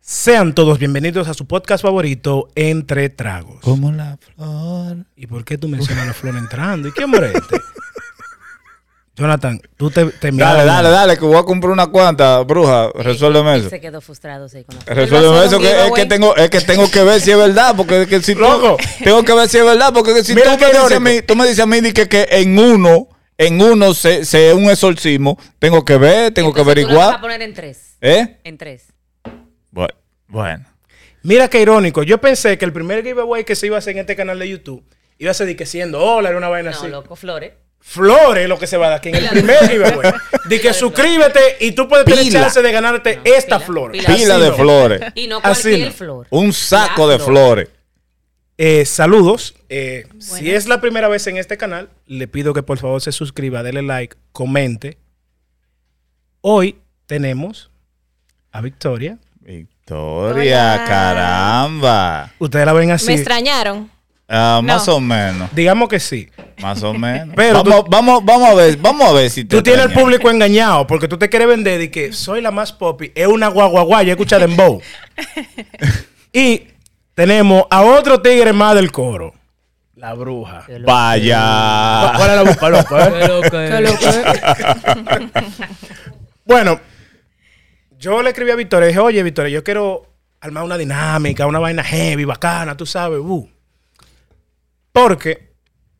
Sean todos bienvenidos a su podcast favorito, Entre Tragos. Como la flor. ¿Y por qué tú mencionas la flor entrando? ¿Y qué hombre es este? Jonathan, tú te, te miras, Dale, ¿no? dale, dale, que voy a comprar una cuanta, bruja. Resuélveme Y eso. Se quedó frustrado. sí, con la- Él va a Resuélveme hacer eso, un que es giveaway. que, tengo, es que tengo que ver si es verdad, porque es que si tú- Loco. tengo que ver si es verdad, porque si tú Mira me, qué dices a teórico. mí, tú me dices a mí di que, que en uno, en uno se, se es un exorcismo, tengo que ver, tengo que Entonces tú lo vas a averiguar. poner en tres. ¿Eh? En tres. Bu- Bueno. Mira qué irónico. Yo pensé que el primer giveaway que se iba a hacer en este canal de YouTube iba a ser de que siendo hola, era una vaina No, así. loco, Flores. Flores lo que se va a dar aquí en el primer giveaway. De que suscríbete y tú puedes tener Pila. chance de ganarte No, esta pila, flor. pila. Así Pila de no. flores. Y no Así cualquier no. flor. Un saco La de flor. flores. Eh, saludos. Eh, Si es la primera vez en este canal, le pido que por favor se suscriba, dele like, comente. Hoy tenemos a Victoria. Victoria, Hola. caramba. Ustedes la ven así. Me extrañaron. Ah, No. Más o menos. Digamos que sí. Más o menos. Pero vamos, vamos, vamos a ver, vamos a ver si te Tú tienes al extraña. público engañado porque tú te quieres vender y que soy la más popi. Es una guaguaguá, yo escucho dembow. y tenemos a otro tigre más del coro. La bruja. Vaya. ¿Cuál es la bruja, loco, eh? Bueno, yo le escribí a Victoria y dije, oye, Victoria, yo quiero armar una dinámica, una vaina heavy, bacana, tú sabes, uh. Porque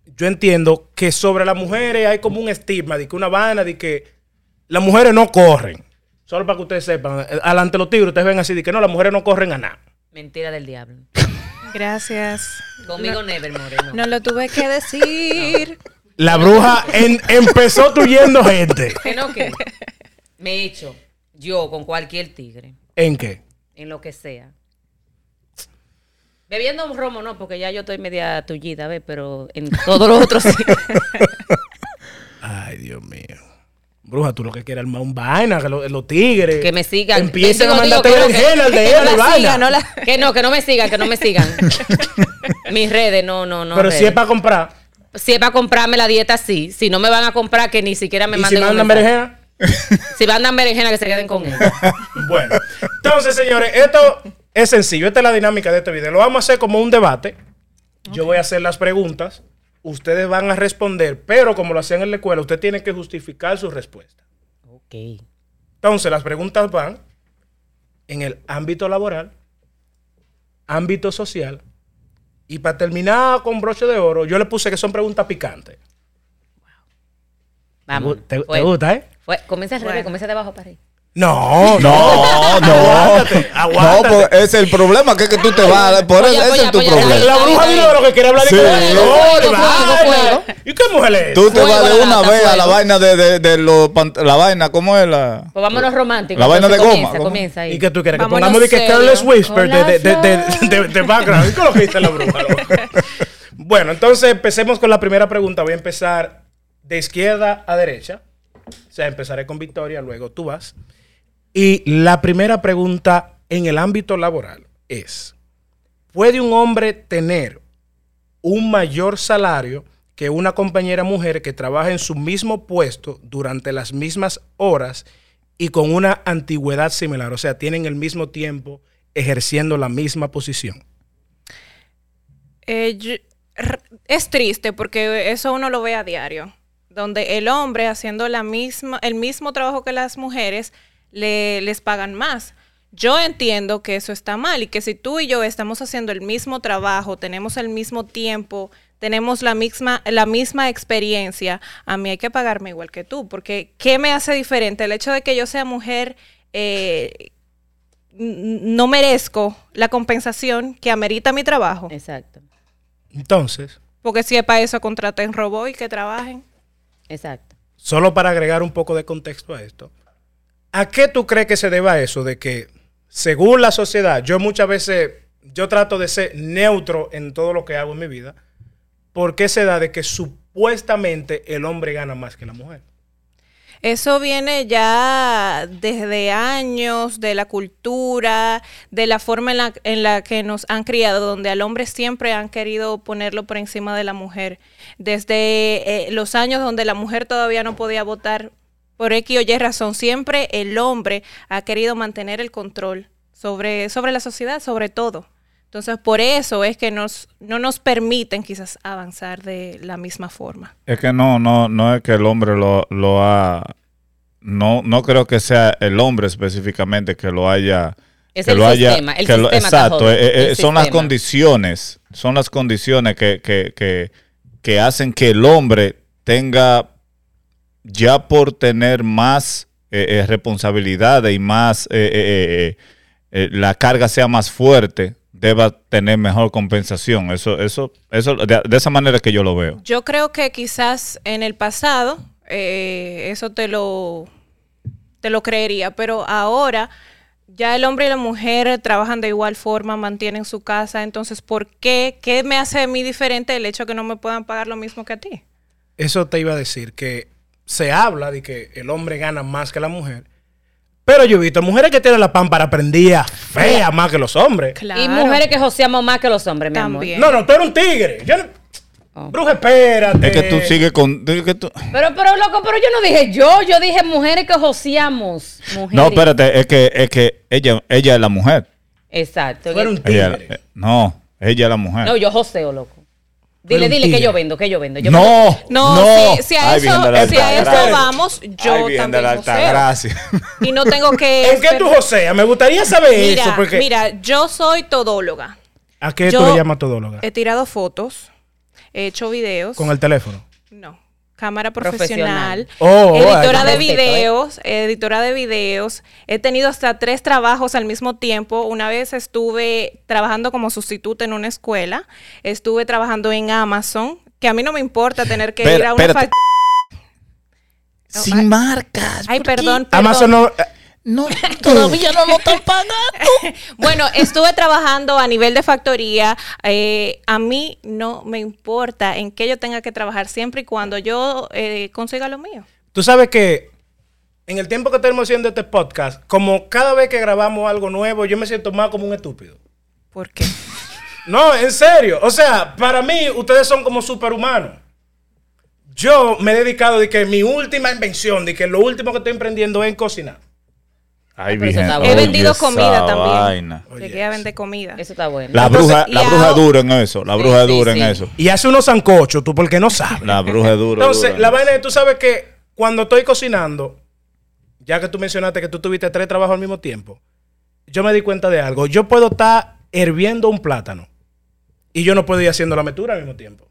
yo entiendo que sobre las mujeres hay como un estigma de que una vaina de que las mujeres no corren. Solo para que ustedes sepan, eh, adelante los tigres, ustedes ven así de que no, las mujeres no corren a nada. Mentira del diablo. Gracias. Conmigo Nevermore, no. No lo tuve que decir. La bruja en- empezó tuyendo gente. ¿Que no qué? Me he hecho yo con cualquier tigre, ¿En qué? en lo que sea. Bebiendo un romo no, porque ya yo estoy media tullida, ¿ves? Pero en todos los otros sí. Ay, Dios mío. Bruja, tú lo que quieres armar un vaina, que lo- los tigres. Que me sigan. Empiecen a Digo, digo, mandarte que no, berenjena, que- al de que no él, la y vaina. sigan, no la- que no, que no me sigan, que no me sigan. Mis redes, no, no, no. Pero redes. si es para comprar. Si es para comprarme la dieta, sí. Si no me van a comprar, que ni siquiera me ¿Y si manden. un mandan mensaje. berenjena? Si mandan berenjena, que se queden con él. Bueno. Entonces, señores, esto es sencillo. Esta es la dinámica de este video. Lo vamos a hacer como un debate. Yo voy a hacer las preguntas. Ustedes van a responder, pero como lo hacían en la escuela, usted tiene que justificar su respuesta. Ok. Entonces, las preguntas van en el ámbito laboral, ámbito social, y para terminar con broche de oro, yo le puse que son preguntas picantes. Vamos. ¿Te, te Fue- gusta, eh? fue- comienza al revés, Bueno. comienza de abajo para arriba. No, No, no. Aguántate, aguántate. No, pues, ese es el problema, que es que tú te vas. Por Oye, eso, ese es tu apoya, problema. apoya. La bruja vino de lo que quiere hablar de Sí. colores, Fuego, vaina. fuego, fuego. ¿Y qué mujer es? Tú te Fuego vas de la una lata, vez a la fuego. vaina de, de, de los pant- la vaina, ¿cómo es la? Pues vámonos románticos. La vaina entonces de goma, Comienza, ¿cómo? comienza ahí. ¿Y que tú quieres? Que Vámonos pongamos de que serio. Careless Whisper de, Hola, de, de, de, Flor. de- de background. ¿Y con lo que dice la bruja? loco? bueno, entonces empecemos con la primera pregunta. Voy a empezar de izquierda a derecha. O sea, empezaré con Victoria, luego tú vas. Y la primera pregunta en el ámbito laboral es, ¿puede un hombre tener un mayor salario que una compañera mujer que trabaja en su mismo puesto durante las mismas horas y con una antigüedad similar? O sea, tienen el mismo tiempo ejerciendo la misma posición. Eh, yo- r- es triste porque eso uno lo ve a diario, donde el hombre haciendo la misma, el mismo trabajo que las mujeres le, les pagan más. Yo entiendo que eso está mal y que si tú y yo estamos haciendo el mismo trabajo, tenemos el mismo tiempo, tenemos la misma, la misma experiencia, a mí hay que pagarme igual que tú, porque ¿qué me hace diferente? El hecho de que yo sea mujer eh, n- no merezco la compensación que amerita mi trabajo. Exacto, Entonces, Porque si es para eso, contraten robots y que trabajen. exacto. solo para agregar un poco de contexto a esto, ¿a qué tú crees que se deba eso de que según la sociedad, yo muchas veces, yo trato de ser neutro en todo lo que hago en mi vida, ¿por qué se da de que supuestamente el hombre gana más que la mujer? Eso viene ya desde años de la cultura, de la forma en la, en la que nos han criado, donde al hombre siempre han querido ponerlo por encima de la mujer. Desde eh, los años donde la mujer todavía no podía votar por X o Y razón, siempre el hombre ha querido mantener el control. sobre, sobre la sociedad, sobre todo. Entonces, por eso es que nos, no nos permiten quizás avanzar de la misma forma. Es que no, no, no es que el hombre lo, lo ha. No, no creo que sea el hombre específicamente que lo haya. Es que el lo sistema, el que lo- sistema está exacto, jodido, eh, eh, el son las sistema. condiciones, son las condiciones que, que, que, que hacen que el hombre tenga, ya por tener más eh, eh, responsabilidades y más, eh, eh, eh, eh, la carga sea más fuerte, deba tener mejor compensación. Eso, eso, eso, de, de esa manera que yo lo veo. Yo creo que quizás en el pasado eh, eso te lo, te lo creería, pero ahora ya el hombre y la mujer trabajan de igual forma, mantienen su casa, entonces ¿por qué? ¿Qué me hace a mí diferente el hecho que no me puedan pagar lo mismo que a ti? Eso te iba a decir, que se habla de que el hombre gana más que la mujer. Pero yo he visto mujeres que tienen la pámpara prendida fea más que los hombres. Y mujeres que joseamos más que los hombres, mi También. No, no, tú eres un tigre. Yo no- amor. Oh. Bruja, espérate. Es que Eh, tú sigues con... es que tú- Pero, pero, loco, pero yo no dije yo, yo dije mujeres que joseamos. Mujeres. No, espérate, es que, es que ella, ella es la mujer. Exacto. Tú eres un Ella- tigre. eh, no, ella es la mujer. No, yo joseo, loco. Dile, un dile que tigre. yo vendo, que yo vendo. Yo vendo- No, No, Si, si a Ay, eso, bien de la si a Altagracia. eso vamos, yo Ay, bien de también la joseo. Altagracia. Y no tengo que... ¿En qué tú joseas? Me gustaría saber Mira, eso. Porque mira, yo soy todóloga. ¿A qué yo- tú le llamas todóloga? He tirado fotos, he hecho videos. Con el teléfono. No. Cámara Profesional. profesional, Oh, oh, editora ahí de está. videos, editora de videos. He tenido hasta tres trabajos al mismo tiempo. Una vez estuve trabajando como sustituta en una escuela, estuve trabajando en Amazon, que a mí no me importa tener que Espera, ir a una espérate. fac- Sin marcas. Ay, ¿por qué? perdón, perdón. Amazon no. eh, No, todavía no lo están pagando. Bueno, estuve trabajando a nivel de factoría. eh, a mí no me importa en qué yo tenga que trabajar siempre y cuando yo eh, consiga lo mío. Tú sabes que en el tiempo que tenemos haciendo este podcast, como cada vez que grabamos algo nuevo, yo me siento más como un estúpido. ¿Por qué? No, en serio. O sea, para mí, ustedes son como superhumanos. Yo me he dedicado de que mi última invención, de que lo último que estoy emprendiendo es en cocinar. Ay, Pero eso virgen, está oye, bueno. He vendido esa comida también. vaina. Llegué a vender comida. Eso está bueno. La Entonces, bruja, y la bruja ahora- es dura en eso. La Sí, bruja es sí, dura sí. en eso. Y hace unos zancochos, tú, porque no sabes. La bruja es dura. Entonces, dura. la vaina es, tú sabes que cuando estoy cocinando, ya que tú mencionaste que tú tuviste tres trabajos al mismo tiempo, yo me di cuenta de algo. Yo puedo estar hirviendo un plátano y yo no puedo ir haciendo la metura al mismo tiempo.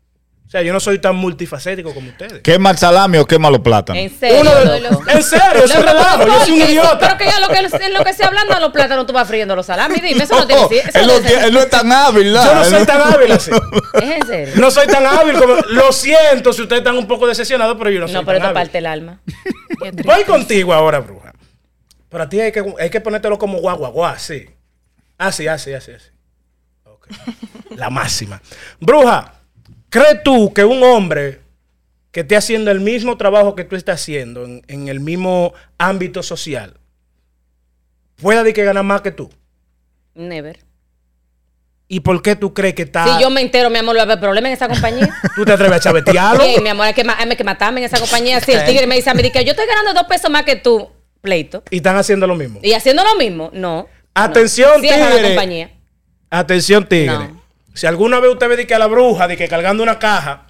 O sea, yo no soy tan multifacético como ustedes. Quema el salami o quema los plátanos. En serio, Uno de- loco. en serio, es un Loco, relajo, yo soy un porque- idiota. Pero que ya lo que, en lo que se hablando a los plátanos tú vas friendo los salamis, dime, eso no Oh, tiene oh, eso él, no, no tiene- tie- él no es tan hábil, ¿la? Yo no Él soy tan hábil así. Es en serio. No soy tan hábil como... Lo siento si ustedes están un poco decepcionados, pero yo no soy No, pero tan te hábil. parte el alma. Voy contigo ahora, bruja. Pero a ti hay que, hay que ponértelo como guau, guau, guau, así. Así, así, así, así. Ok. La máxima. Bruja, ¿crees tú que un hombre que esté haciendo el mismo trabajo que tú estás haciendo en, en el mismo ámbito social pueda de que ganar más que tú? Never. ¿Y por qué tú crees que está... Si yo me entero, mi amor, va a haber problema en esa compañía. ¿Tú te atreves a chavetearlo? Sí, mi amor, hay que, ma- hay que matarme en esa compañía. Si el tigre me dice a mí, di que yo estoy ganando dos pesos más que tú, pleito. Y están haciendo lo mismo. Y haciendo lo mismo, no. Atención, no. Cierra la tigre. compañía. Atención, tigre. No. Si alguna vez usted ve de que a la bruja, de que cargando una caja...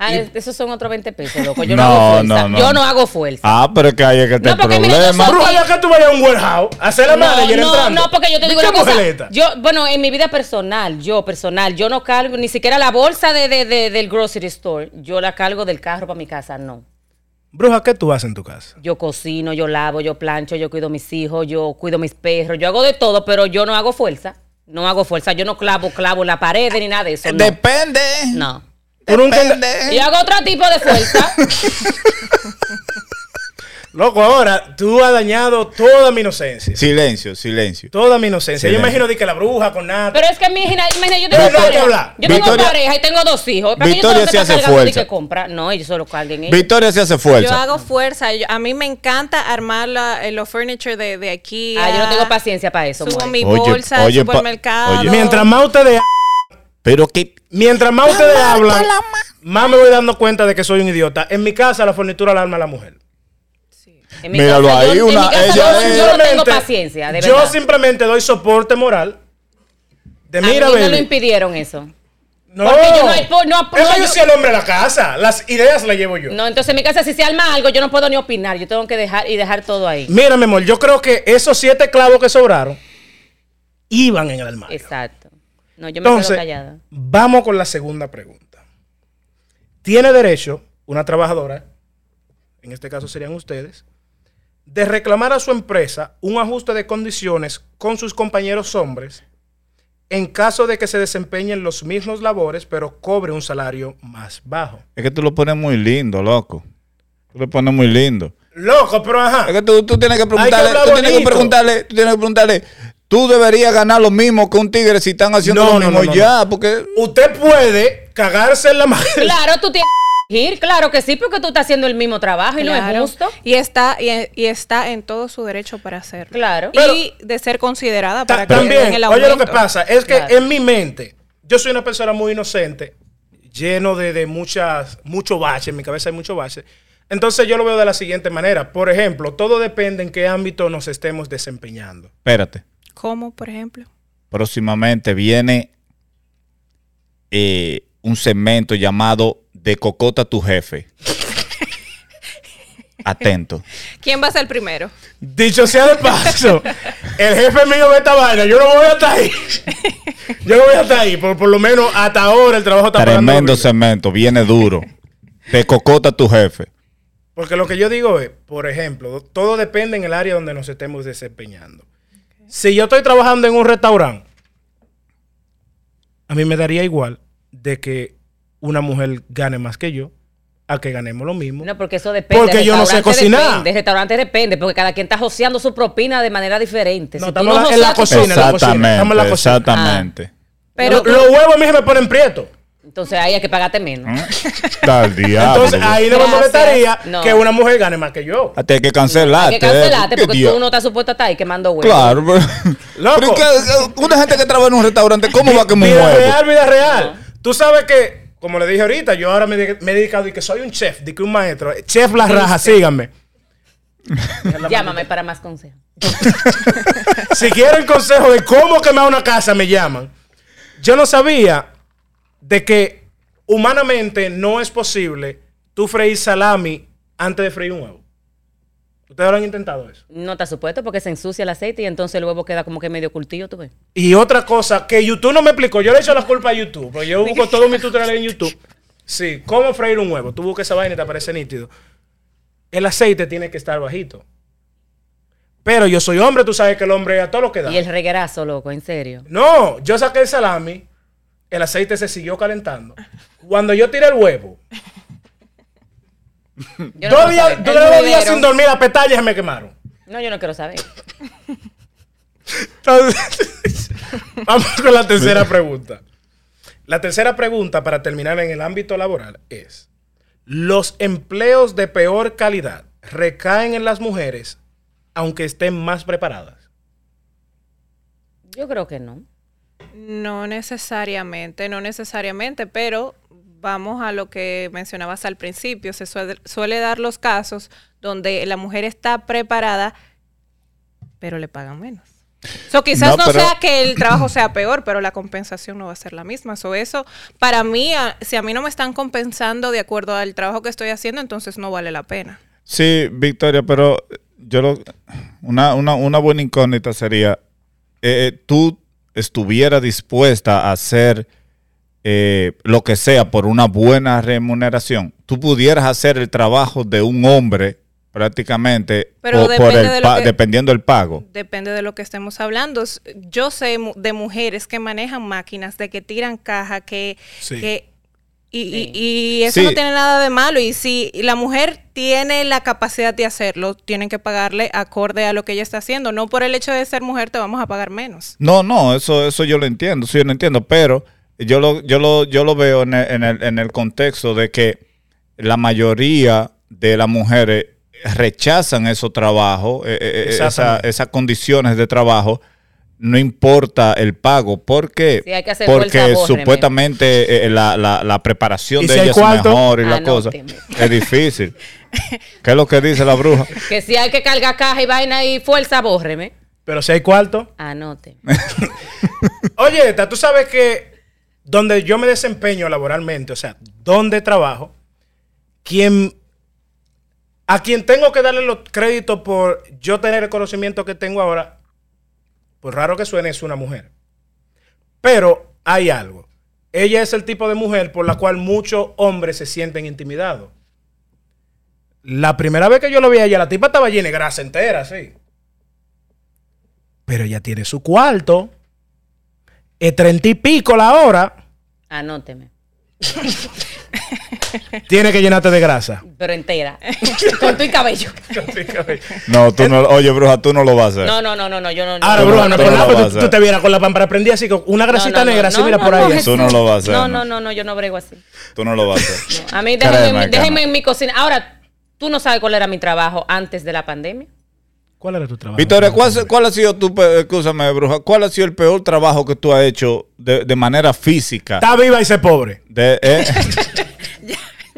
Ah, es- esos son otros 20 pesos, loco. Pues Yo no, No, hago fuerza. no, no. Yo no hago fuerza. Ah, pero es que ahí es que está el No, porque mira, yo problema. soy- Bruja, ya que tú vayas a un warehouse, a hacer la no, manager no, entrando. no, porque yo te digo ¿Qué una cosa. mujereta? Yo, bueno, en mi vida personal, yo personal, yo no cargo ni siquiera la bolsa de, de- de- del grocery store. Yo la cargo del carro para mi casa, no. Bruja, ¿qué tú haces en tu casa? Yo cocino, yo lavo, yo plancho, yo cuido mis hijos, yo cuido mis perros, yo hago de todo, pero yo no hago fuerza. No hago fuerza, yo no clavo, clavo en la pared ni nada de eso. No. Depende. no. Tú nunca- Eh. Yo hago otro tipo de fuerza. Loco, ahora tú has dañado toda mi inocencia. Silencio, silencio. Toda mi inocencia. Yo Silencio. imagino de que la bruja con nada. Pero es que mi imagina, imagina, yo tengo Victoria, pareja. habla. Yo tengo Victoria- pareja y tengo dos hijos. ¿Para qué yo Victoria tengo que sí estar hace cargando de fuerza. que compra? No, ellos solo carguen ellos. Victoria se hace Yo fuerza. hago fuerza. yo- a mí me encanta armar la- eh, los furniture de, de aquí. Ah, yo no tengo paciencia para eso. Subo mujer. mi Oye, bolsa al oye, pa- supermercado. oye. Mientras más ustedes, Pero que. mientras más ustedes hablan, más me voy dando cuenta de que soy un idiota. En mi casa la fornitura la arma la mujer. Sí. En mi Míralo casa, ahí, yo, en una- mi casa ella no- yo no tengo Simplemente, paciencia, de Yo verdad. simplemente doy soporte moral. De A mira, mí me baby, lo impidieron eso. No, porque yo no apo- no apoyo- Eso yo soy el hombre de la casa. Las ideas las llevo yo. No, entonces en mi casa si se arma algo, yo no puedo ni opinar, yo tengo que dejar y dejar todo ahí. Mira, mi amor, yo creo que esos siete clavos que sobraron iban en el armario. Exacto. No, yo me Entonces, quedo callada. vamos con la segunda pregunta. ¿Tiene derecho una trabajadora, en este caso serían ustedes, de reclamar a su empresa un ajuste de condiciones con sus compañeros hombres en caso de que se desempeñen los mismos labores pero cobre un salario más bajo? Es que tú lo pones muy lindo, loco. Tú lo pones muy lindo. Loco, pero ajá. Es que tú, tú tienes que preguntarle, hablar tú tienes que bonito. preguntarle, tú tienes que preguntarle, tú deberías ganar lo mismo que un tigre si están haciendo No, lo no, mismo no, no, ya, porque Usted puede cagarse en la madre. Claro, tú tienes que ir, claro que sí, porque tú estás haciendo el mismo trabajo y no es Claro. justo. Y está, y, y está en todo su derecho para hacerlo. Claro. y de ser considerada Ta- para que le den también, el oye lo que aumento. pasa, es que Claro. en mi mente, yo soy una persona muy inocente, lleno de, de muchas, mucho bache, en mi cabeza hay mucho bache. Entonces yo lo veo de la siguiente manera. Por ejemplo, todo depende en qué ámbito nos estemos desempeñando. espérate. ¿Cómo, por ejemplo? Próximamente viene eh, un segmento llamado De Cocota tu jefe. Atento. ¿Quién va a ser el primero? Dicho sea de paso, el jefe mío de esta vaina, yo no voy hasta ahí. Yo no voy hasta ahí, por, por lo menos hasta ahora el trabajo está pagando Tremendo bien. segmento, viene duro. De Cocota tu jefe. Porque lo que yo digo es, por ejemplo, todo depende en el área donde nos estemos desempeñando. Si yo estoy trabajando en un restaurante, a mí me daría igual de que una mujer gane más que yo a que ganemos lo mismo. No, porque eso depende. Porque yo no sé Restaurante cocinar. Depende, restaurante depende, porque cada quien está joseando su propina de manera diferente. No, Si tú estamos en joseas la tu cocina, en la cocina, estamos en la Exactamente, cocina. Ah. exactamente. Pero Lo- los huevos a mí se me ponen prieto. Entonces ahí hay que pagarte menos. Está el diablo. Entonces ahí no me Gracias. molestaría No. que una mujer gane más que yo. Ah, tienes que Hay cancelarte. que cancelarte ¿Qué porque día? tú no estás supuesto a estar ahí quemando huevos. Claro, pero. Loco. pero es que, eh, una gente que trabaja en un restaurante, ¿cómo va que me vida mueve? real, vida real. Tú sabes que, como le dije ahorita, yo ahora me, de- me he dedicado y que soy un chef, de que un maestro. Chef La Raja, síganme. Llámame para más consejos. si quieren consejo de cómo quemar una casa, me llaman. Yo no sabía de que humanamente no es posible tú freír salami antes de freír un huevo. Ustedes lo han intentado eso. No está supuesto porque se ensucia el aceite y entonces el huevo queda como que medio cultillo, tú ves. Y otra cosa que YouTube no me explicó, yo le echo la culpa a YouTube, porque yo busco todos mis tutoriales en YouTube. Sí, cómo freír un huevo. Tú buscas esa vaina y te aparece nítido. El aceite tiene que estar bajito. Pero yo soy hombre, tú sabes que el hombre a todo lo que da. Y el reguerazo, loco, en serio. No, yo saqué el salami, el aceite se siguió calentando. Cuando yo tiré el huevo, Yo no dos quiero días, saber. duré El dos días huevero. sin dormir, las pestañas se me quemaron. No, yo no quiero saber. Entonces, vamos con la tercera pregunta. La tercera pregunta para terminar en el ámbito laboral es, ¿los empleos de peor calidad recaen en las mujeres aunque estén más preparadas? Yo creo que no. No necesariamente, no necesariamente, pero vamos a lo que mencionabas al principio. Se suele, suele dar los casos donde la mujer está preparada, pero le pagan menos. So, quizás No, no, pero- sea que el trabajo sea peor, pero la compensación no va a ser la misma. So, eso, para mí, a- si a mí no me están compensando de acuerdo al trabajo que estoy haciendo, entonces no vale la pena. Sí, Victoria, pero yo lo. Una, una, una buena incógnita sería: eh, eh, tú estuvieras dispuesta a hacer eh, lo que sea por una buena remuneración. Tú pudieras hacer el trabajo de un hombre prácticamente o Pero por depende el de lo pa- que- dependiendo del pago. Depende de lo que estemos hablando. S- Yo sé mu- de mujeres que manejan máquinas, de que tiran caja, que... Sí. que- y, y- Sí. y eso Sí. no tiene nada de malo. Y si la mujer tiene la capacidad de hacerlo, tienen que pagarle acorde a lo que ella está haciendo. No por el hecho de ser mujer te vamos a pagar menos. No, no, eso, eso yo lo entiendo, sí, yo lo entiendo, pero yo lo, yo lo, yo lo veo en el, en el- en el contexto de que la mayoría de las mujeres rechazan esos trabajos, eh, eh, eh, esa- Exactamente. esas condiciones de trabajo, no importa el pago. ¿Por qué? Sí, hay que hacer Porque fuerza vos, Remy. supuestamente eh, la, la- la preparación ¿Y de si hay ella es cuarto? mejor y Ah, la cosa. Anóteme. Es difícil. ¿Qué es lo que dice la bruja? Que si hay que cargar caja y vaina y fuerza, bórreme. Pero si hay cuarto. Anote. Oye, esta, tú sabes que donde yo me desempeño laboralmente, o sea, donde trabajo, quien a quien tengo que darle los créditos por yo tener el conocimiento que tengo ahora, por raro que suene, es una mujer. Pero hay algo. Ella es el tipo de mujer por la cual muchos hombres se sienten intimidados. La primera vez que yo lo vi a ella, la tipa estaba llena de grasa entera, sí. Pero ella tiene su cuarto es treinta y pico la hora, Anóteme. tiene que llenarte de grasa. Pero entera. Con tu y cabello. No, tú no, oye, bruja, tú no lo vas a hacer. No, no, no, no, no, yo no. no. Ahora, Tú no- bruja, no, tú por no la- lo vas a tú, tú hacer. te vieras con la pampara prendida así, con una grasita No, no, negra, no, así, mira no, por no, ahí. Jesús. Tú no lo vas a hacer, No, no. no, no, no, yo no brego así. Tú no lo vas a hacer. A mí Cara de déjenme, macana. déjenme en mi cocina. Ahora, tú no sabes cuál era mi trabajo antes de la pandemia. ¿Cuál era tu trabajo? Ah, Victoria, ¿cuál, cuál ha sido tu, pe- escúchame, bruja, cuál ha sido el peor trabajo que tú has hecho de, de manera física? Está viva y se pobre. De- eh,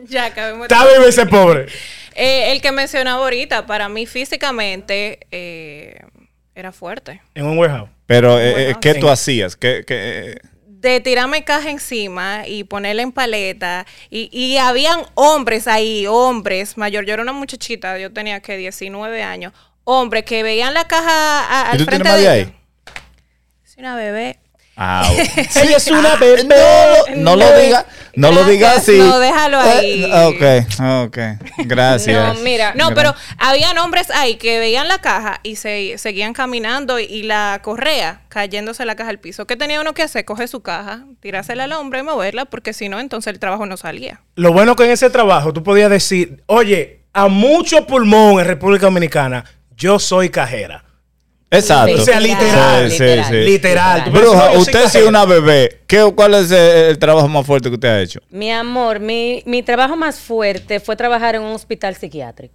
Ya acabemos. Está viva y se pobre. Eh, el que mencionaba ahorita, para mí físicamente eh, era fuerte. En un warehouse. pero, eh, eh, ¿qué sí. tú hacías? ¿Qué, qué, eh? De tirarme caja encima y ponerla en paleta. Y, y habían hombres ahí, hombres mayor. Yo era una muchachita, yo tenía que 19 años. Hombres que veían la caja a- ¿Y al tú tienes frente más de de ahí? ellos. Soy una bebé. Ah, bueno. Ella es una bebé. No, no lo diga, no lo diga Gracias. así. No, déjalo ahí. Eh, ok, ok. Gracias. No, mira. Oh, No, pero Gracias. habían hombres ahí que veían la caja y se seguían caminando y, y la correa cayéndose la caja al piso. ¿Qué tenía uno que hacer? Coger su caja, tirársela al hombre y moverla, porque si no, entonces el trabajo no salía. Lo bueno que en ese trabajo tú podías decir, oye, a mucho pulmón en República Dominicana, yo soy cajera. Exacto. O sea, literal, Sí, sí, literal, sí. Literal. Tú puedes decir, Bruja, "No, yo soy usted sí es cajera". una bebé. ¿Qué, ¿Cuál es eh, el, trabajo más fuerte que usted ha hecho? Mi amor, mi, mi trabajo más fuerte fue trabajar en un hospital psiquiátrico.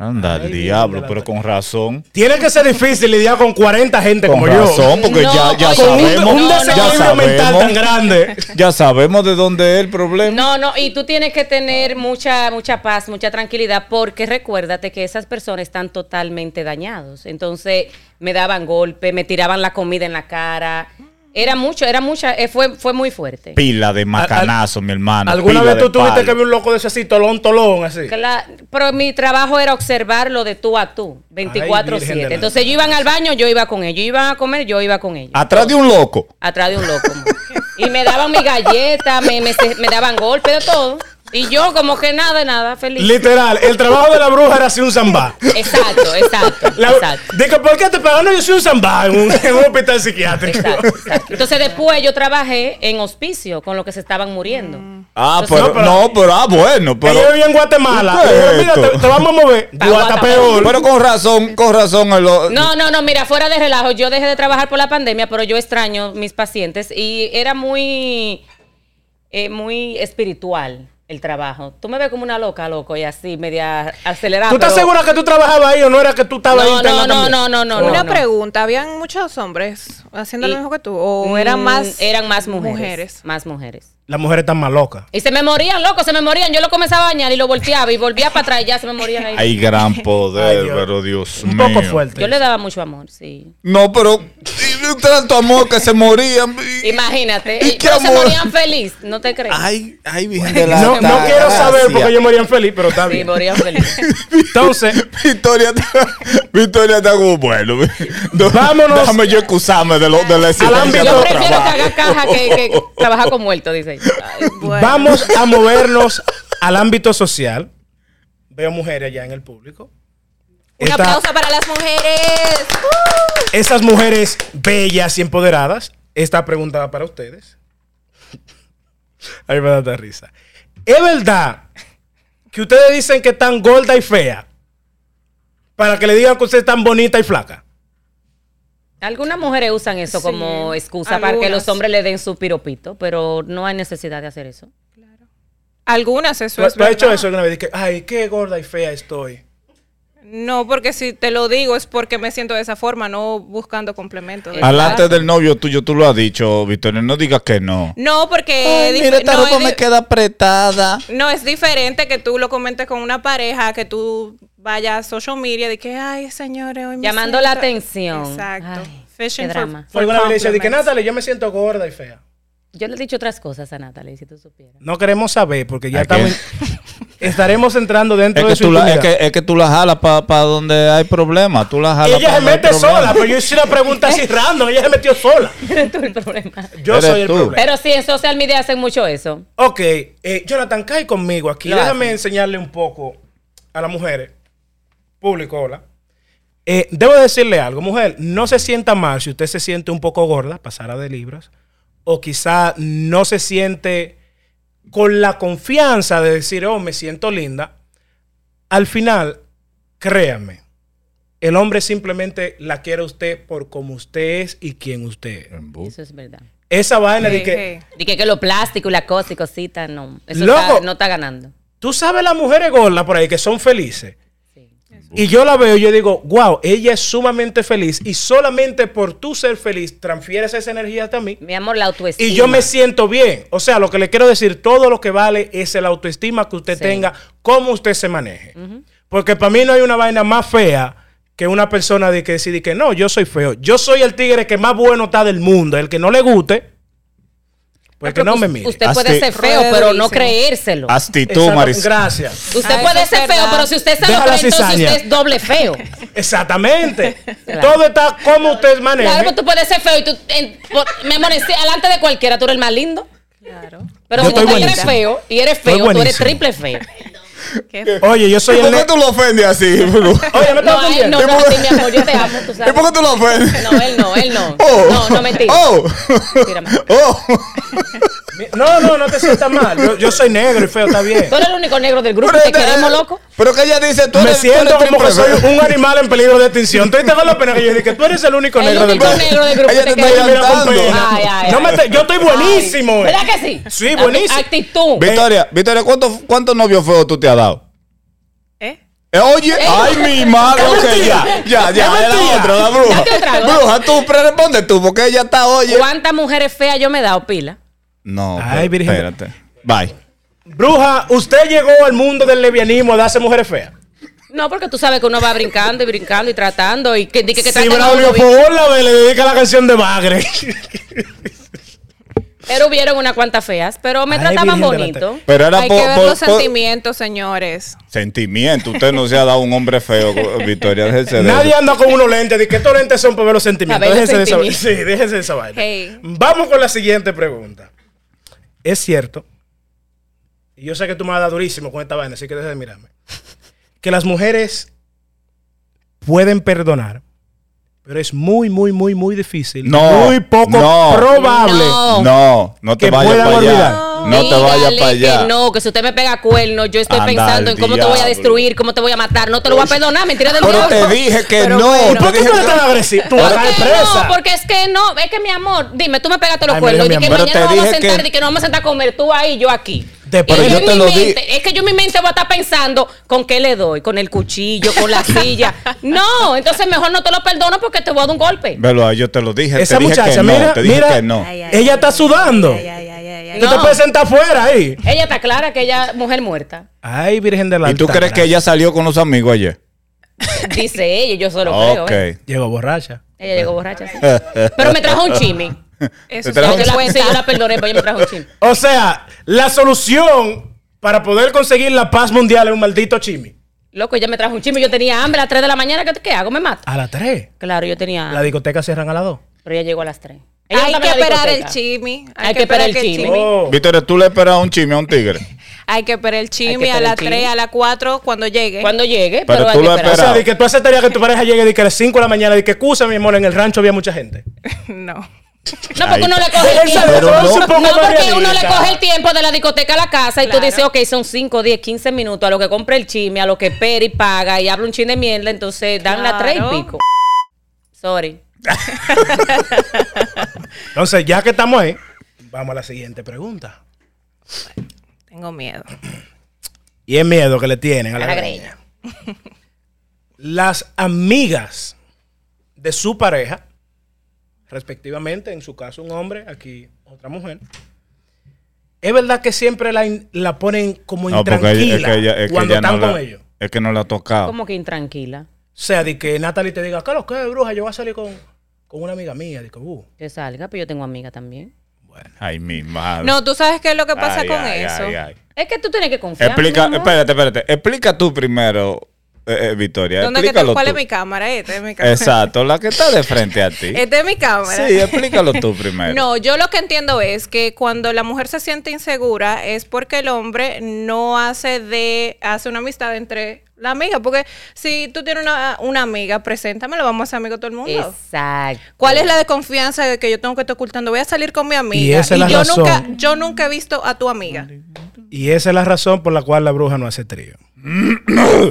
Anda, el diablo, pero con razón. Tiene que ser difícil lidiar con 40 gente Con como razón, porque No, ya, ya oye, yo. Un, sabemos. un no, no, ya desequilibrio mental tan sabemos. grande. Ya sabemos de dónde es el problema. No, no, y tú tienes que tener mucha, mucha paz, mucha tranquilidad, porque recuérdate que esas personas están totalmente dañados. Entonces, me daban golpe, me tiraban la comida en la cara. Era mucho, era mucha, eh, fue, fue muy fuerte. Pila de macanazo, mi hermano. ¿Alguna pila vez tú de tuviste palo. que ver un loco de ese así, tolón, tolón, así? Cla- pero mi trabajo era observarlo de tú a tú, Ay, Virgen de 24-7. la Entonces, yo iba al baño, yo iba con ellos. Yo iba a comer, yo iba con ellos. Atrás de un loco. atrás de un loco. mo. Y me daban mi galleta, me, me, se- me daban golpes de todo. Y yo como que nada, nada, feliz. Literal, el trabajo de la bruja era así un zambá. exacto, exacto, La- exacto. de que, ¿por qué te pagaron? Yo soy un zambá en un, en un hospital psiquiátrico. Exacto, exacto. Entonces después yo trabajé en hospicio con los que se estaban Mm. muriendo. Ah, Entonces, no, pero- pero, no, pero, ah, bueno, pero. Ellos vivían en Guatemala. ¿Qué es Dijeron, mira, esto? te, te vamos a mover. Pa' Guatapeor. Guatapeor. Pero con razón, con razón. el lo- No, no, no, mira, fuera de relajo, yo dejé de trabajar por la pandemia, pero yo extraño mis pacientes y era muy, eh, muy espiritual el trabajo. Tú me ves como una loca, loco, y así, media acelerada. ¿Tú estás pero- segura que tú trabajabas ahí o no era que tú estabas ahí No, internada no, no, también? Oh, no, no, no. Una Oh, no. pregunta, ¿habían muchos hombres haciendo Y- lo mismo que tú? ¿O eran Mm, más? Eran más mujeres, mujeres? Más mujeres. Las mujeres están más locas. Y se me morían, loco, se me morían. Yo lo comenzaba a bañar y lo volteaba y volvía para atrás y ya se me morían ahí. Hay gran poder, Ay, Dios. pero Dios Un mío. poco fuerte. Yo le daba mucho amor, sí. No, pero y tanto amor que se morían. y- Imagínate. ¿Y eh, qué pero se amor? morían feliz, no te crees. Ay, ay, Virgen de la no, no quiero saber porque Gracia. yo moría feliz, pero está Sí, bien. morían feliz. Entonces, Victoria está, Victoria está como bueno. Vámonos. Déjame yo excusarme de, lo, de la Al existencia ámbito- del Yo prefiero trabajo. cagar caja que, que trabajar con muertos, dice. ella. Ay, Bueno. vamos a movernos al ámbito social. Veo mujeres ya en el público. Un Esta- aplauso para las mujeres. Esas mujeres bellas y empoderadas, esta pregunta va para ustedes. Ahí me da tanta risa. ¿Es verdad que ustedes dicen que están gorda y fea para que le digan que usted es tan bonita y flaca? Algunas mujeres usan eso Sí, como excusa para que algunas. los hombres le den su piropito, pero no hay necesidad de hacer eso. Algunas, eso ¿Lo, es lo ha hecho verdad. eso alguna vez? Dice, ay, qué gorda y fea estoy. No, porque si te lo digo es porque me siento de esa forma, no buscando complementos. Exacto. Alante del novio tuyo, tú lo has dicho, Victoria, no digas que no. No, porque dif- no, es di- queda apretada. no, es diferente que tú lo comentes con una pareja, que tú vayas a social media y que, ay, señores, hoy me Llamando la siento-". atención. Exacto. Ay, Fishing qué for- drama. for Fue alguna vez le dice, di que compliments. Natalie, yo me siento gorda y fea. Yo le he dicho otras cosas a Natalie, si tú supieras. No queremos saber porque ya ¿A qué? estamos, estaremos entrando Es dentro que, de su tú la, es, intimidad. que, es que tú la jalas para donde hay problemas. Tú la jalas Ella pa' se donde hay mete problemas. sola, pero yo hice una pregunta así random, ella se metió sola. Eres tú el problema. Yo Eres soy el tú. problema. Pero sí, en social media hacen mucho eso. Ok, eh, Jonathan, cae conmigo aquí. Lo Déjame hacen. enseñarle un poco a las mujeres. Público, hola. Eh, debo decirle algo, mujer, no se sienta mal si usted se siente un poco gorda, pasará de libras, o quizá no se siente con la confianza de decir, oh, me siento linda. Al final, créame, el hombre simplemente la quiere a usted por como usted es y quien usted es. Eso es verdad. Esa vaina de Sí, que... sí. Dije que lo plástico y la cosa y cosita, no. Eso Loco. está- no está ganando. Tú sabes las mujeres gordas por ahí que son felices. Sí. Y yo la veo y yo digo, wow, ella es sumamente feliz y solamente por tú ser feliz transfieres esa energía hasta mí Mi amor, la autoestima. y yo me siento bien. O sea, lo que le quiero decir, todo lo que vale es el autoestima que usted Sí. tenga, cómo usted se maneje. Porque para mí no hay una vaina más fea que una persona de que decir de que no, yo soy feo. Yo soy el tigre que más bueno está del mundo, el que no le guste, pues que Porque no us- me mire. Usted Hazte- puede ser feo, pero no Rodeadísimo. creérselo. Actitud, Exacto, Maris. Gracias. Usted Ah, eso puede es ser feo, verdad. pero si usted se lo Deja la cree, entonces cizaña. usted es doble feo. Exactamente. Claro. Todo está como usted maneja. Claro, pues tú puedes ser feo y tú, en- por- mi amor, en- delante de cualquiera, tú eres el más lindo. Claro. Pero Yo si tú estoy eres buenísimo. feo y eres Estoy feo, tú eres buenísimo. triple feo. Qué Oye, yo soy el ne- lo ofendes así? Oye, ¿me No, estás a él entendiendo? no, no, a ti, mi amor, yo te amo, tú sabes. tú lo ofendes? Oh. No, él no, él no. Oh. No, no, mentira. Mentira, mejor. No, no, no te sientas mal. Yo, yo soy negro y feo, está bien. Tú eres el único negro del grupo, te queremos, loco. Pero que ella dice, tú Me siento como que soy un animal en peligro de extinción. Tú te das la pena que yo dije que tú eres el único El negro del único grupo. negro del grupo. Ella te te Ay, está queremos. mira, con cantando. pena. Ay, ay, No ay. me te- Yo estoy buenísimo. eh. ¿Verdad que sí? Sí, buenísimo. Actitud. Victoria, Victoria, ¿cuántos cuántos novios feos tú te has dado? ¿Eh? Eh, oye, Eh. ay, mi madre, Es ok, mentira. ya, ya, Es ya, mentira. la otra, la bruja. Date otra, ¿no? Bruja, tú, pre- responde tú, porque ella está, oye. ¿Cuántas mujeres feas yo me he dado, pila? No, Ay, pero- Virgen. espérate. Bye. Bruja, usted llegó al mundo del lesbianismo de hace mujeres feas. No, porque tú sabes que uno va brincando y brincando y tratando y que, di que, que Si trata de Braulio uno bien. Paola le dedica la canción de Bagre. Pero hubieron unas cuantas feas, pero me Ay, trataban Virgen de la bonito. Pero era Hay por, que ver por- los por- sentimientos, señores. sentimiento. Usted no se ha dado un hombre feo, Victoria, déjese de Nadie eso. anda con unos lentes. De que estos lentes son para ver los sentimientos. Para ver los déjense, De esa, sentimientos. sí, déjense de esa vaina. Hey. Vamos con la siguiente pregunta. Es cierto, y yo sé que tú me vas a dar durísimo con esta vaina, así que deja de mirarme, que las mujeres pueden perdonar, pero es muy, muy, muy, muy difícil. No, Muy poco no. probable. No. No, no te Que vayas puedan para allá. olvidar. No te vayas Dígale para allá. Que no, que si usted me pega cuerno, yo estoy Anda pensando al en cómo te voy a diablo. destruir, cómo te voy a matar. No te lo voy a perdonar, mentira del Pero diablo. te dije que Pero no. bueno. te ¿Por qué dije tú eres que- tan agresivo? Tú vas ¿Por a caer qué presa. no? Porque es que no, es que mi amor, dime, tú me pegaste los Ay, me cuernos y dijo mi que amor. mañana Pero nos te vamos a dije sentar que- y que nos vamos a sentar a comer tú ahí, yo aquí. De- Y pero yo en te mi lo di- mente- Es que yo en mi mente voy a estar pensando, ¿con qué le doy? ¿Con el cuchillo? ¿Con la silla? No, entonces mejor no te lo perdono porque te voy a dar un golpe. Velo, yo te lo dije. Esa te dije muchacha, que no, mira, te dije mira, que no. Ay, ay, ella ay, está sudando. Ay, ay, ay, ay, ay. Tú te No. puedes sentar fuera ahí. Ella está clara que ella es mujer muerta. Ay, Virgen de la ¿Y tú crees que ella salió con los amigos ayer? Dice ella, yo solo creo. Ok. ¿eh? Llegó borracha. Ella llegó borracha. sí. Pero me trajo un chimi. Eso Te sí, trajo- Yo la, sí, yo la perdoné, pero ella me trajo un chimi. O sea, la solución para poder conseguir la paz mundial es un maldito chimi. Loco, ella me trajo un chimi. Yo tenía hambre a las 3 de la mañana. ¿Qué, qué hago? ¿Me mato? A las 3. Claro, yo tenía La hambre. discoteca cierran a las 2. Pero ella llegó a las 3. Ella Hay andaba que en la esperar el discoteca. chimi. Hay que esperar el que chimi. Oh. Oh. Victoria, ¿tú le esperabas un chisme a un tigre? Hay que esperar el chimi esperar a el las chimi. 3, a las 4, cuando llegue. Cuando llegue, Pero pero, tú hay que lo O esperar. sea, esperabas. de que tú aceptarías que tu pareja llegue de que a las 5 de la mañana, de que excusa, mi amor, en el rancho había mucha gente. No. No, porque Ahí. uno le coge el Esa tiempo. Pero solución no. es un poco No, más porque uno le realista. coge el tiempo de la discoteca a la casa y tú Claro. dices, ok, son 5, 10, 15 minutos a lo que compre el chisme, a lo que espera y paga y habla un chin de mierda, entonces dan la tres y Claro. pico. Sorry. Entonces, ya que estamos ahí, vamos a la siguiente pregunta. Tengo miedo. Y es miedo que le tienen a la, A la greña. las amigas de su pareja, respectivamente, en su caso un hombre, aquí otra mujer. Es verdad que siempre la, in- la ponen como No, porque ella- intranquila es que ella, es que cuando ella no están con la- ellos. Es que no la ha tocado. Como que intranquila. O sea, de que Natalie te diga, claro, que bruja, yo voy a salir con, con una amiga mía. De que, "Uh, Que salga, pero yo tengo amiga también. Ay, mi madre. No, tú sabes qué es lo que pasa Ay, con ay, eso. ay, ay. Es que tú tienes que confiar. Explica, mi amor. espérate, espérate. Explica tú primero, eh, eh, Victoria. ¿Dónde que te- Explícalo ¿Cuál tú. es mi cámara? Esta es mi cámara. Exacto, la que está de frente a ti. Esta es mi cámara. Sí, explícalo tú primero. No, yo lo que entiendo es que cuando la mujer se siente insegura es porque el hombre no hace de hace una amistad entre la amiga, porque si tú tienes una, una amiga, preséntamela, vamos a ser amigos todo el mundo. Exacto. ¿Cuál es la desconfianza de que yo tengo que estar ocultando? Voy a salir con mi amiga. Y esa es la yo razón. nunca yo nunca he visto a tu amiga. Y esa es la razón por la cual la bruja no hace trío. Ah.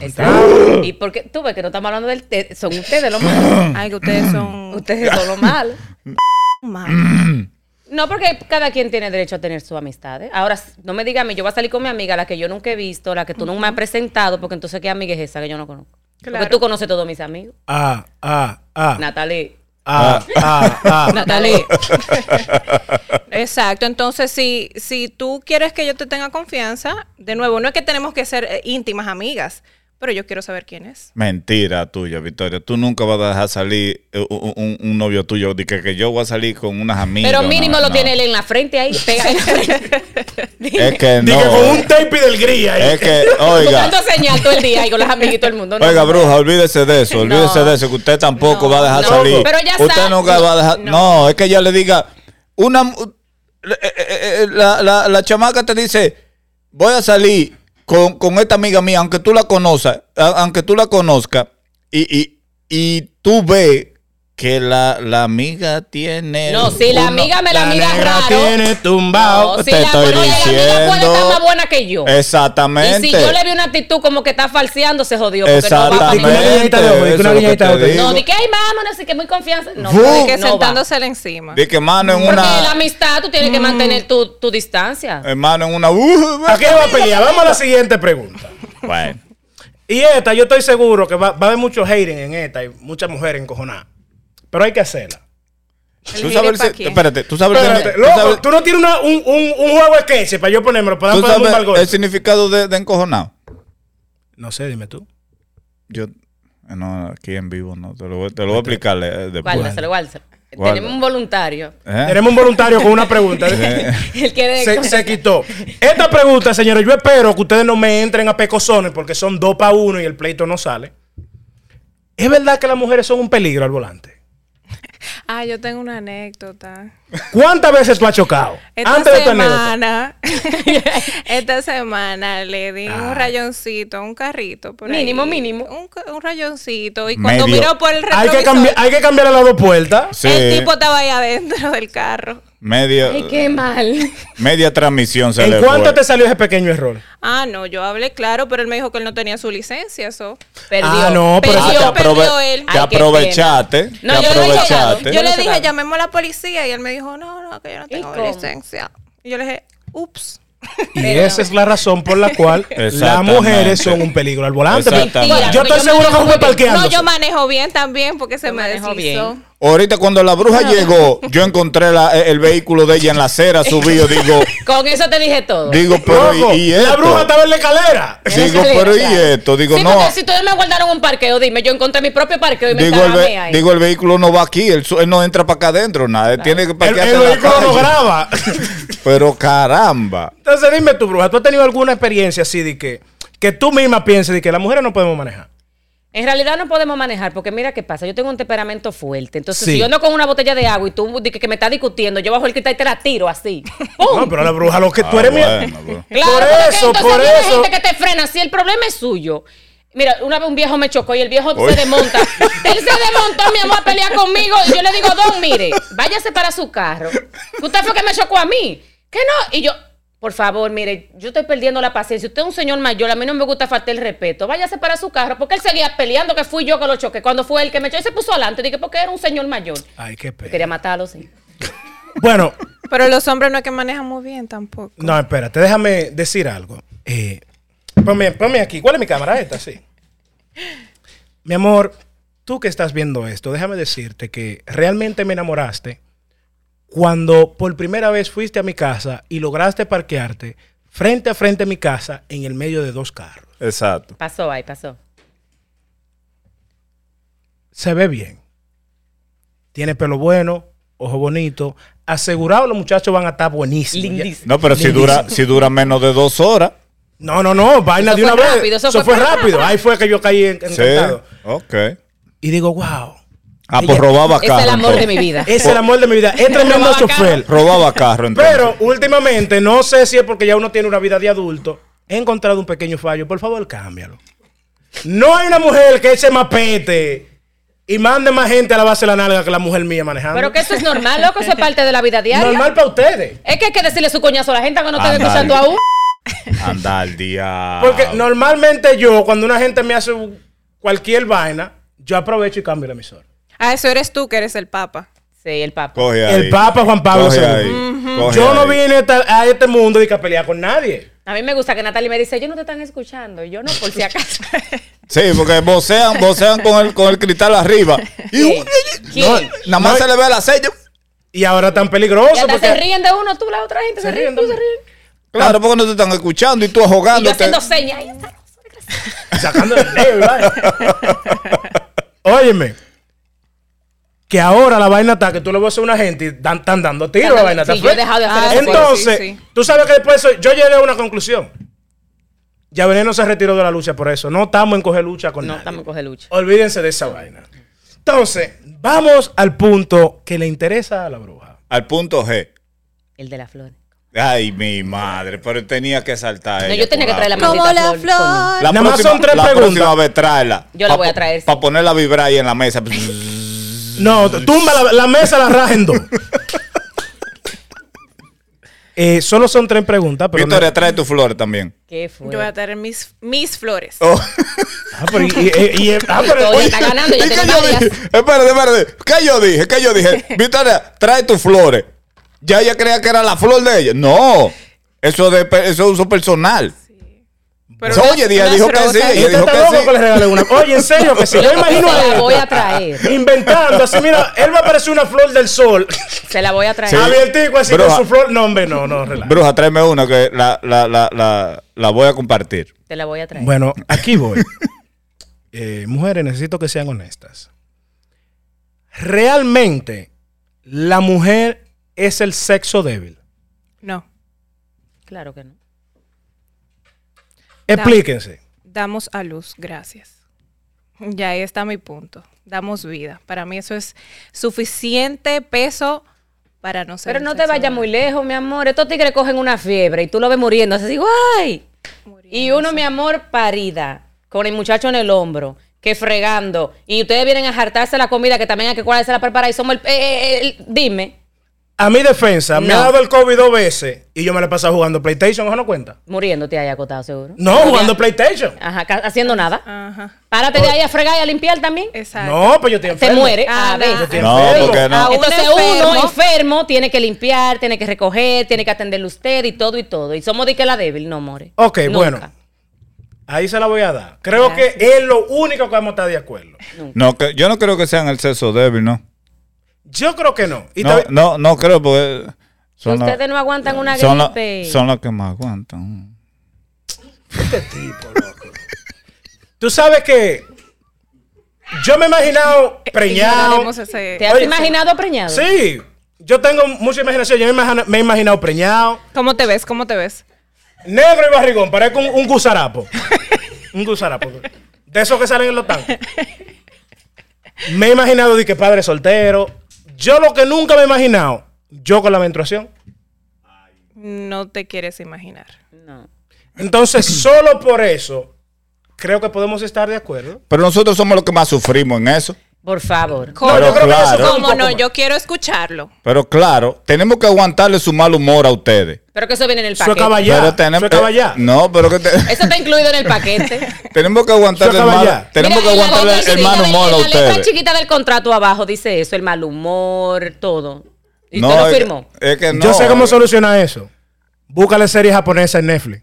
Exacto. Y porque tú ves que no estamos hablando del té, son ustedes los malos. Ay, que ustedes Mm. son ustedes son los malos. mal. No, porque cada quien tiene derecho a tener sus amistades. Ahora, no me digas, a mí, yo voy a salir con mi amiga, la que yo nunca he visto, la que tú no me has presentado, porque entonces, ¿qué amiga es esa que yo no conozco? Claro. Porque tú conoces todos mis amigos. Ah, ah, ah, Natalie. ah, ah, ah. Natalie. Exacto, entonces si, si tú quieres que yo te tenga confianza, de nuevo, no es que tenemos que ser eh, íntimas amigas, pero yo quiero saber quién es. Mentira tuya, Victoria. Tú nunca vas a dejar salir eh, un, un- un novio tuyo. de que, que yo voy a salir con unas amigas. Pero mínimo No, lo no. tiene él en la frente ahí, pega en la frente. Es que Dije con un no. tape del gría. ahí. Es que, oiga. Buscando señal todo el día y con los amiguitos y todo el mundo. ¿no? Oiga, bruja, olvídese de eso, No. olvídese de eso, que usted tampoco No, va a dejar no. salir. Pero ya usted sa- nunca va a dejar. No. no. es que ella le diga, una mu- eh, eh, eh, la, la- la chamaca te dice, voy a salir con, con esta amiga mía, aunque tú la conozcas, a- aunque tú la conozcas, y, y, y tú ves que la, la amiga tiene. No, si la amiga me la, mira negra raro. tiene tumbado. no, si te la, estoy oye, la amiga puede estar diciendo. más buena que yo. Exactamente. Y si yo le vi una actitud como que está falseando, se jodió. porque Exactamente. Di que una guiñadita de ojo, di que una eso es lo que guiñadita de ojo. te No, va a- digo. no, di que, ay, mamá, no sé qué, muy confianza. No, Fu. no, Que Oh, no va. sentándose encima. Di que mano en Porque la una. amistad tú Mm. tienes que mantener tu, tu distancia. Hermano, en una. uh, ¿A qué va a pelear? Vamos a la siguiente pregunta. Bueno. Y esta, yo estoy seguro que va, va a haber mucho hating en esta y muchas mujeres encojonadas. Pero hay que hacerla. El Tú gire sabes, pa' si- aquí. espérate, tú sabes, Espérate, tú loco, sabes- tú no tienes una- un, un- un juego de sketch para yo ponérmelo, para tú dar para darme un sabes balgón. el significado de, de encojonado. No sé, dime tú. Yo, eh, no, aquí en vivo no, te lo, voy- te lo voy a explicar eh, después. Guárdaselo, guárdaselo. Guarda. Tenemos un voluntario. ¿Eh? Tenemos un voluntario con una pregunta. Él quiere. se, se quitó. Esta pregunta, señores, yo espero que ustedes no me entren a pecosones porque son dos para uno y el pleito no sale. ¿Es verdad que las mujeres son un peligro al volante? Ah, yo tengo una anécdota. ¿Cuántas veces tú has chocado? Esta Antes Ah, de tu anécdota. semana, esta semana le di Ah. un rayoncito, a un carrito. por Mínimo, ahí. mínimo. Un, ca- un rayoncito. Y cuando Medio. miro por el Hay retrovisor, que, cambiar, hay que cambiar a las dos puertas. Sí, el tipo estaba ahí adentro del carro. media, Ay, qué Ah, mal. media transmisión se ¿En le cuánto fue. te salió ese pequeño error? Ah, no, yo hablé claro, pero él me dijo que él no tenía su licencia, eso. Perdió. Ah, no, pero- Ah, te, Perdió, aprove- perdió él. te Ay, qué aprovechaste, pena. te No, yo lo he aprovechaste. llegado, Yo no le se dije, sabe. llamemos a la policía y él me dijo, no, no, que yo no tengo cómo? licencia. Y yo le dije, ups. Y esa es la razón por la cual las Exactamente. mujeres son un peligro al volante. Exactamente. Bueno, Yo Porque estoy yo seguro que manejo fue muy bien. parqueando. No, yo manejo bien también porque se Yo me manejo deslizó. bien. Ahorita cuando la bruja llegó, yo encontré la- el vehículo de ella en la acera, subido, digo, Con eso te dije todo. digo, pero Loco, y, y la esto? bruja estaba en la escalera. En la Digo, escalera, pero y claro. esto, digo, Sí, no. porque si ustedes me guardaron un parqueo, dime, yo encontré mi propio parqueo y me Digo el, encaramé ve- ahí. digo, el vehículo no va aquí, él, su- él no entra para acá adentro, nada, él tiene que El, parquearse el en la vehículo no calle. graba. Pero caramba. Entonces dime tú, bruja, ¿tú has tenido alguna experiencia así de que, que tú misma pienses de que las mujeres no podemos manejar? En realidad no podemos manejar, porque mira qué pasa, yo tengo un temperamento fuerte. Entonces, Sí. si yo ando con una botella de agua y tú di- que me estás discutiendo, yo bajo el cristal y te la tiro así. ¡Pum! Oh. No, pero la bruja, lo que tú Ah, eres mi- bueno, bro. Claro, por porque eso, entonces por viene eso. gente que te frena, si el problema es suyo. Mira, una vez un viejo me chocó y el viejo Oye. se desmonta. Él se desmontó, mi amor, a pelear conmigo. Y yo le digo, Don, mire, váyase para su carro. Usted fue que me chocó a mí. ¿Qué no? Y yo, por favor, mire, yo estoy perdiendo la paciencia. Usted es un señor mayor, a mí no me gusta faltar el respeto. Váyase para su carro, porque él seguía peleando que fui yo que lo choqué. Cuando fue él que me echó, él se puso adelante. Dije, porque era un señor mayor. Ay, qué Yo pena. quería matarlo, sí. Bueno, Pero los hombres no es que manejan muy bien tampoco. no, espérate, déjame decir algo. Eh, ponme, ponme aquí. ¿Cuál es mi cámara? Esta, sí. Mi amor, tú que estás viendo esto, déjame decirte que realmente me enamoraste cuando por primera vez fuiste a mi casa y lograste parquearte frente a frente a mi casa en el medio de dos carros. Exacto. Pasó ahí, pasó. Se ve bien. Tiene pelo bueno, ojo bonito. Asegurado los muchachos van a estar buenísimos. Ya- Lindísimo. No, pero si dura, si dura menos de dos horas. No, no, no, vaina Eso de una fue vez. rápido, eso fue rápido. Ahí fue que yo caí en, Sí. encantado. Ok. Y digo, wow, Ah, Ella- pues robaba Es carro. el amor de entonces. mi vida. es el amor de mi vida. Es tremendo Robaba chofer. Robaba carro, entonces. Pero últimamente, no sé si es porque ya uno tiene una vida de adulto, he encontrado un pequeño fallo. Por favor, cámbialo. No hay una mujer que eche más pete y mande más gente a la base de la nalga que la mujer mía manejando. Pero que eso es normal, loco, eso es parte de la vida diaria. Normal para ustedes. Es que hay que decirle su coñazo a la gente que no está Andale. escuchando aún. Anda al día. Porque normalmente yo, cuando una gente me hace un- cualquier vaina, yo aprovecho y cambio el emisor. Ah, eso eres tú que eres el papa. Sí, el papá. Coge El ahí. Papa Juan Pablo Coge II. ahí, coge Yo no ahí. vine a esta- a este mundo de que a pelear con nadie. A mí me gusta que Natalie me dice, yo no te están escuchando. Y Yo no, por si acaso. Sí, porque vocean, vocean con el, con el cristal arriba. Y ¿Quién? No, ¿Quién? nada más No. se le ve la sello. Y ahora tan Y peligroso. hasta porque se ríen de uno, tú la otra gente se, Se ríen, ríen tú de se mí. ríen. Claro, porque no te están escuchando y tú Ah. Y yo ahogándote. haciendo señas. Ay, esta no soy graciosa. Sacando el dedo, y vaina. Óyeme. Que ahora la vaina está que tú le vas a hacer a una gente y dan- están dando tiro a la vaina. Sí, está yo he fuerte. dejado de hacer Ah, eso. entonces- Entonces, Sí, sí. tú sabes que después de eso, yo llegué a una conclusión. Ya Veneno se retiró de la lucha por eso. No estamos en coger lucha con No, nadie. estamos coge lucha. Olvídense de esa vaina. Entonces, vamos al punto que le interesa a la bruja. Al punto G. El de la flor. Ay, mi madre, pero tenía que saltar. No, ella yo tenía por que traer la abajo. maldita Como la flor. coño. flor. La Nada más próxima- son tres la preguntas. próxima vez tráela. Yo la voy a traer, sí. Para ponerla a vibrar ahí en la mesa. No, t- tumba la, la mesa, la raja en dos. Eh, solo son tres preguntas, pero. no- Victoria, trae tu flor también. ¿Qué Yo voy a fue? tener mis, mis flores. Oh, Ah, pero. y- y- y- y- ah, pero- Victoria oye, está ganando, yo ¿Y qué tengo yo varias. dije? Espérate, espérate. ¿Qué yo dije? ¿Qué yo dije? Victoria, trae tus flores. Ya ella creía que era la flor de ella. No. Eso, de, pe- eso es uso personal. Oye, Díaz unas dijo que rosas. sí, ella- Usted este dijo está que loco sí. que le regale una. Oye, en serio que sí. Yo imagino Se a la él voy a traer. inventando así. Mira, él va a parecer una flor del sol. Se la voy a traer. Sí. ah. Abiertico así con Bruja. su flor. No, hombre, no, no, relaja. Bruja, tráeme una que la, la, la, la, la voy a compartir. Te la voy a traer. Bueno, aquí voy. Eh, mujeres, necesito que sean honestas. Realmente, la mujer es el sexo débil. No, Claro que no. Explíquense. damos a luz, gracias. Ya ahí está mi punto. Damos vida. Para mí eso es suficiente peso para no ser. Pero un no te sexo vayas débil. muy lejos, mi amor. Estos tigres cogen una fiebre y tú lo ves muriendo. Así digo, ¡ay! Y uno, mi amor, parida, con el muchacho en el hombro, que fregando. Y ustedes vienen a jartarse la comida, que también hay que guardarse la preparada. Y somos el, eh, eh, el- Dime, A mi defensa, me No. ha dado el COVID dos veces y yo me la he pasado jugando PlayStation. ¿Eso no cuenta? muriéndote ahí acotado, seguro. No, jugando PlayStation. Ajá, ca- haciendo nada. Ajá, Párate de ahí a fregar y a limpiar también. exacto. No, pues yo estoy Se enfermo. muere. Ah, A ver. no. Estoy No, enfermo. porque no. A un Entonces enfermo. uno enfermo tiene que limpiar, tiene que recoger, tiene que atenderle usted y todo y todo. Y somos de que la débil, no, more. Ok, Nunca. bueno. Ahí se la voy a dar. Creo que es lo único que vamos a estar de acuerdo. No, que, yo no creo que sean el sexo débil, ¿no? Yo creo que no. Y No, te- no, no creo porque son la- Ustedes no aguantan una son la- gripe. son las que más aguantan. Tú sabes que yo me he imaginado preñado. Eh, Ignoraremos ese- ¿Te has Eh, Oye, imaginado preñado? Sí, yo tengo mucha imaginación. Yo me, imagino- me he imaginado preñado, ¿Cómo te ves? ¿Cómo te ves? negro y barrigón, parezco un, un gusarapo. un gusarapo. De esos que salen en los tanques. Me he imaginado de que padre soltero. Yo lo que nunca me he imaginado, yo con la menstruación. No te quieres imaginar. No. Entonces, solo por eso, creo que podemos estar de acuerdo. Pero nosotros somos los que más sufrimos en eso. Por favor. ¿Cómo? Pero creo que eso claro. fue un ¿Cómo poco no? más. Yo quiero escucharlo. Pero claro, tenemos que aguantarle su mal humor a ustedes. Pero que eso viene en el Eso paquete. acaba ya. pero tenemos eh, Eso acaba ya. No, pero que te- Eso está incluido en el paquete. tenemos que aguantarle el Eso acaba mal, ya. tenemos Mira, que en la aguantarle letra el mal chiquita del- humor a En la letra ustedes. chiquita del contrato abajo dice eso, el mal humor, todo. ¿Y No, eh, usted lo es- firmó? Es que no. eh. Yo sé cómo solucionar eso. Búscale series japonesas en Netflix.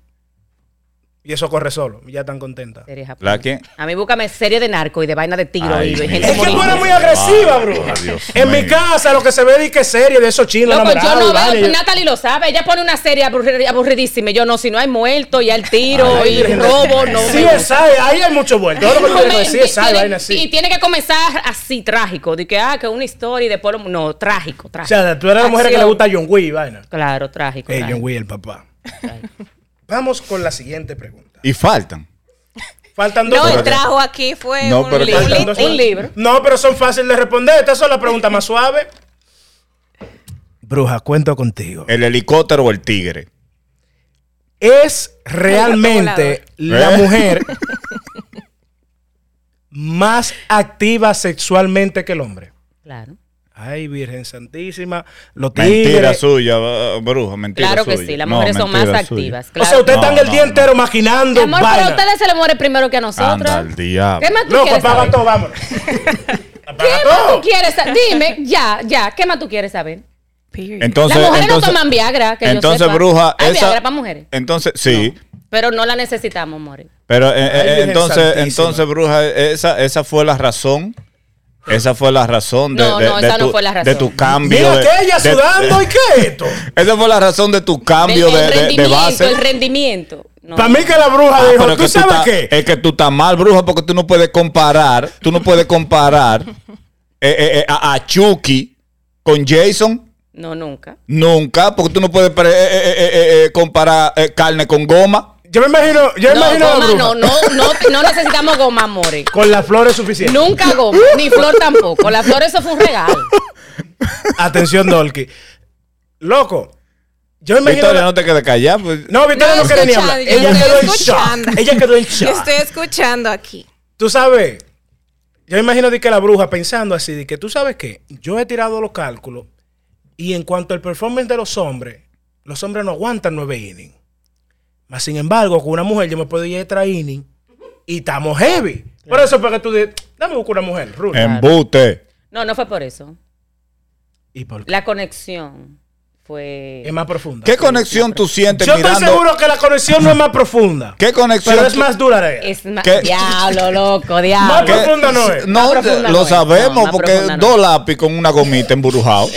Y eso corre solo. Y ya están contentas. Serie japonesa. ¿La quién? A mí búscame serie de narco y de vaina de tiro Ay, y de mi gente Es que tú morir. eres muy agresiva, Ay, bro. Dios En mi mío. casa lo que se ve es que es serie de esos chinos. Loco, yo enamorados, no vale. veo, Natalie lo sabe, ella pone una serie aburri- aburridísima. y Yo no, si no hay muerto y hay tiro Ay, y robo, no. Sí, veo. es ahí hay mucho vuelto. Todo lo que yo digo Come- es sí, es tiene- vaina Y así. tiene que comenzar así, trágico. De que, ah, que una historia y después. lo- No, trágico, O trágico. sea, tú eres la mujer que le Acción. gusta a John Wee, vaina. Claro, trágico. Eh, trágico. John Wee, el papá. Vamos con la siguiente pregunta. Y faltan. Faltan dos. No, el preguntas. trajo aquí fue No, pero un, que- libro. Faltan dos un preguntas. libro. No, pero son fáciles de responder. Estas son las preguntas más suaves. Bruja, cuento contigo. El helicóptero o el tigre. es realmente la ¿Eh? mujer más activa sexualmente que el hombre. Claro. Ay, Virgen Santísima, los Mentira tigres. suya, eh, bruja, mentira Claro suya. que sí, las No, mujeres son más mentira suya. activas. O Claro. sea, ustedes están No, el no, día no. entero maquinando. Amor, pero a vaina. ustedes se le muere primero que a nosotros. Anda al diablo. ¿Qué más tú Loco, quieres apaga saber? todo, vámonos. ¿Qué Apaga más tú todo. quieres saber? Dime, ya, ya. ¿Qué más tú quieres saber? Period. Entonces, Las mujeres no entonces, toman Viagra, que yo entonces, sepa. bruja, Hay esa- Viagra para mujeres. Entonces, sí. Pero no la necesitamos, More. Pero eh, eh, Virgen entonces, Santísima. entonces, bruja, esa, esa fue la razón. Esa fue la razón de, No, de- no, de esa tu, no fue la razón. de tu cambio. Mira de- aquella de- sudando y qué es esto. Esa fue la razón de tu cambio Del- de, el de- de rendimiento, base. El rendimiento. No. Para mí que la bruja Ah, dijo, pero es que ¿tú sabes estás- qué? Es que tú estás mal, bruja, porque tú no puedes comparar. Tú no puedes comparar eh, eh, eh, a, a Chucky con Jason. No, nunca. Nunca, porque tú no puedes pre- eh, eh, eh, eh, eh, comparar eh, carne con goma. Yo me imagino, yo No, imagino a la goma, bruja. no, no, no, no necesitamos goma, More. Con las flores suficientes. Nunca goma, ni flor tampoco. La flor, eso fue un regalo. Atención, Dolky. Loco, yo me imagino. Victoria, la- no te quedes callada. pues. No, Victoria no, No, quería ni escucha, hablar. yo Ella estoy quedó en escuchando. shock. Ella quedó en Yo shock. estoy escuchando aquí. Tú sabes, yo imagino de que la bruja pensando así, de que tú sabes que yo he tirado los cálculos y en cuanto al performance de los hombres, los hombres no aguantan nueve innings. Mas sin embargo, con una mujer yo me puedo ir a tres innings y estamos heavy. Por eso fue que tú dices, dame buscar una mujer, Rulo. Em. Embute. No, no fue por eso. ¿Y por qué? La conexión fue. Es más profunda. ¿Qué conexión tú sientes Yo mirando? estoy seguro que la conexión no es más profunda. ¿Qué conexión? Pero es tú- más dura. Era. Es más. ¿Qué? Diablo, loco, Más ¿Qué? diablo. profunda no es. No, Más profunda lo no es. sabemos No, más porque profunda no dos es. lápiz con una gomita embrujado.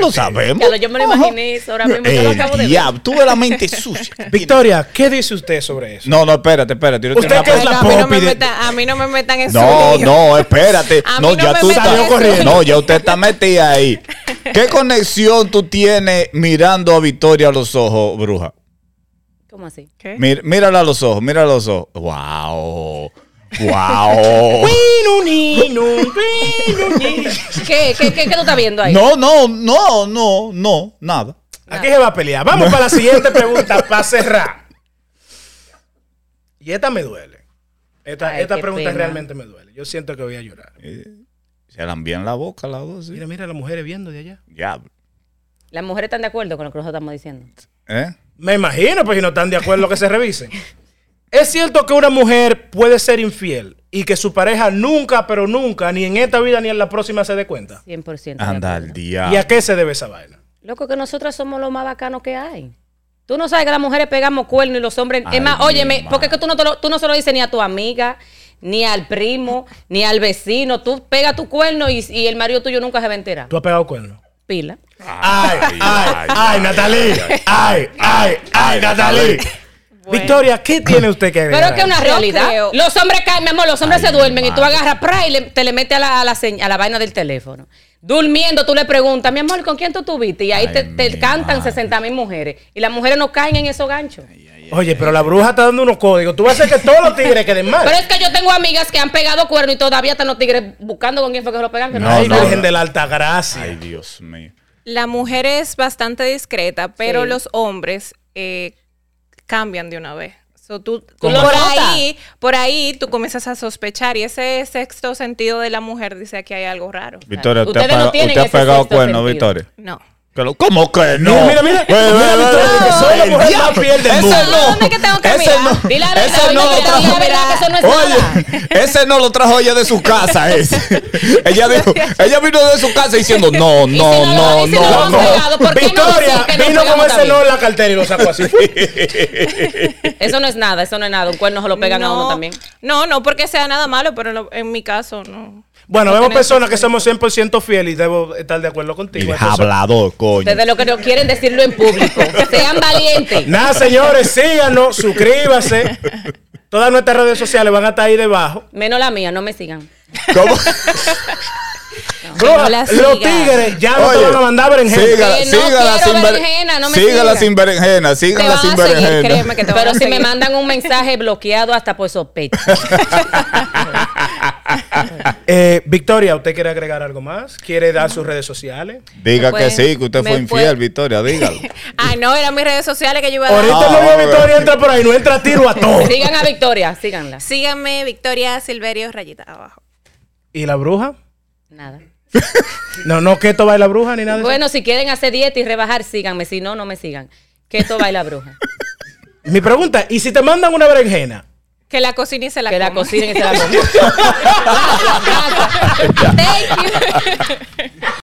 lo sabemos. Diablo, yo me lo imaginé eso ahora mismo. Yo lo El acabo de ver. diablo, tuve la mente sucia. Victoria, ¿qué dice usted sobre eso? No, no, espérate, espérate. yo Usted tengo una que es Ay, no, la a, mí no popi me de- metan, a mí no me metan en su No, lío. no, espérate. A mí No, no ya me tú metas estás eso. corriendo. No, ya usted está metida ahí. ¿Qué conexión tú tienes mirando a Victoria a los ojos, bruja? ¿Cómo así? ¿Qué? Mir- mírala a los ojos, mírala a los ojos. Wow. Wow. ¿Qué, qué, qué, qué tú estás viendo ahí? No, no, no, no, no, nada. Aquí se va a pelear. Vamos para la siguiente pregunta para cerrar. Y esta me duele. Esta, Ay, esta qué pregunta pena. realmente me duele. Yo siento que voy a llorar. Se la envían la boca la voz. Mira, mira, las mujeres viendo de allá. Diablo. Las mujeres están de acuerdo con lo que nosotros estamos diciendo. ¿Eh? Me imagino, pues si no están de acuerdo que se revisen. ¿Es cierto que una mujer puede ser infiel y que su pareja nunca, pero nunca, ni en esta vida ni en la próxima se dé cuenta? 100%. de Anda acuerdo. al ¿Y diablo. a qué se debe esa vaina? Loco, que nosotras somos lo más bacano que hay. Tú no sabes que las mujeres pegamos cuernos y los hombres. Ay, es más, mi óyeme, madre. porque es que tú no, te lo- tú no se lo dices ni a tu amiga, ni al primo, ni al vecino. Tú pegas tu cuerno y, y el marido tuyo nunca se va a enterar. ¿Tú has pegado cuerno? Pila. Ay, ay, ay, Natalie. Ay, ay, ay, Natalie. Victoria, ¿qué tiene usted que agregar? Pero es que es ahí? una Yo realidad. creo- Los hombres caen, mi amor, los hombres Ay, se duermen mi y tú madre. agarras pra y le- te le metes a la, a, la señ- a la vaina del teléfono. Durmiendo, tú le preguntas, mi amor, ¿con quién tú tuviste? Y ahí Ay, te, mi te cantan madre. 60 mil mujeres. Y las mujeres no caen en esos ganchos. Oye, pero la bruja está dando unos códigos. Tú vas a hacer que todos los tigres queden mal. Pero es que yo tengo amigas que han pegado cuerno y todavía están los tigres buscando con quién fue que lo pegan. que no No, Ay, saben. no, Virgen no. de la Alta Gracia. Ay, Dios mío. La mujer es bastante discreta, pero Sí. los hombres eh, cambian de una vez. So, tú, tú ¿Cómo? por, Lo notas. ahí, por ahí tú comienzas a sospechar y ese sexto sentido de la mujer dice que hay algo raro. Victoria, usted, Ustedes ha, no pega- tienen usted ha ese pegado sexto cuernos, sentido. Victoria. No. Que lo- ¿Cómo que no? Pues, Mira, mira, mira. Ve, ve, Mira, ve, Victoria, ve. que soy la El mujer más diablo. fiel del Ese mundo. no. ¿Dónde que tengo que Ese mirar? no. Di la verdad, Ese ¿dónde no que lo tengo que trajo. mirar? Que eso no es nada. Oye, ese no lo trajo ella de su casa. Ese. Ella dijo, ella vino de su casa diciendo, no, Y si no, no lo- no, y si no lo no, han no. pegado, ¿por qué no Victoria decir que no vino pegamos con ese también? no en la cartera y lo sacó así. Eso no es nada, eso no es nada. Un cuerno se lo pegan a uno también. No, no porque sea nada malo, pero lo- en mi caso no. Bueno, No vemos tenemos personas que que- somos 100% fieles y debo estar de acuerdo contigo. El Entonces, hablador, coño. Ustedes lo que no quieren decirlo en público. Sean valientes. Nada, señores, síganos, suscríbase. Todas nuestras redes sociales van a estar ahí debajo. Menos la mía, no me sigan. ¿Cómo? Bro, no la los sigan. tigres ya no te Oye, van a mandar berenjena. Sígala, Que no sígala quiero sin berenjena, berenjena. no me Sígala sigan. sin berenjena. Te Sígala van sin a seguir, berenjena. créeme que te van Pero a si me seguir. mandan un mensaje bloqueado, hasta por sospecha. Eh, Victoria, ¿usted quiere agregar algo más? ¿Quiere dar sus redes sociales? Diga Me que pueden- sí, que usted me fue infiel, pueden- Victoria, dígalo. Ay, no, eran mis redes sociales que yo iba a dar. Ahorita Ah, no veo a bueno. Victoria entra por ahí, no entra a tiro a Oh. todo. Sigan a Victoria, síganla. Síganme, Victoria Silverio, rayita abajo. ¿Y la bruja? Nada. No, no, que esto va la bruja ni nada. de eso. Bueno, si quieren hacer dieta y rebajar, síganme. Si no, no me sigan. Que esto baila bruja. Mi pregunta, ¿y si te mandan una berenjena? Que la cocine y se la Que la coma. cocinen y se la coman. Gracias, gracias. Thank you.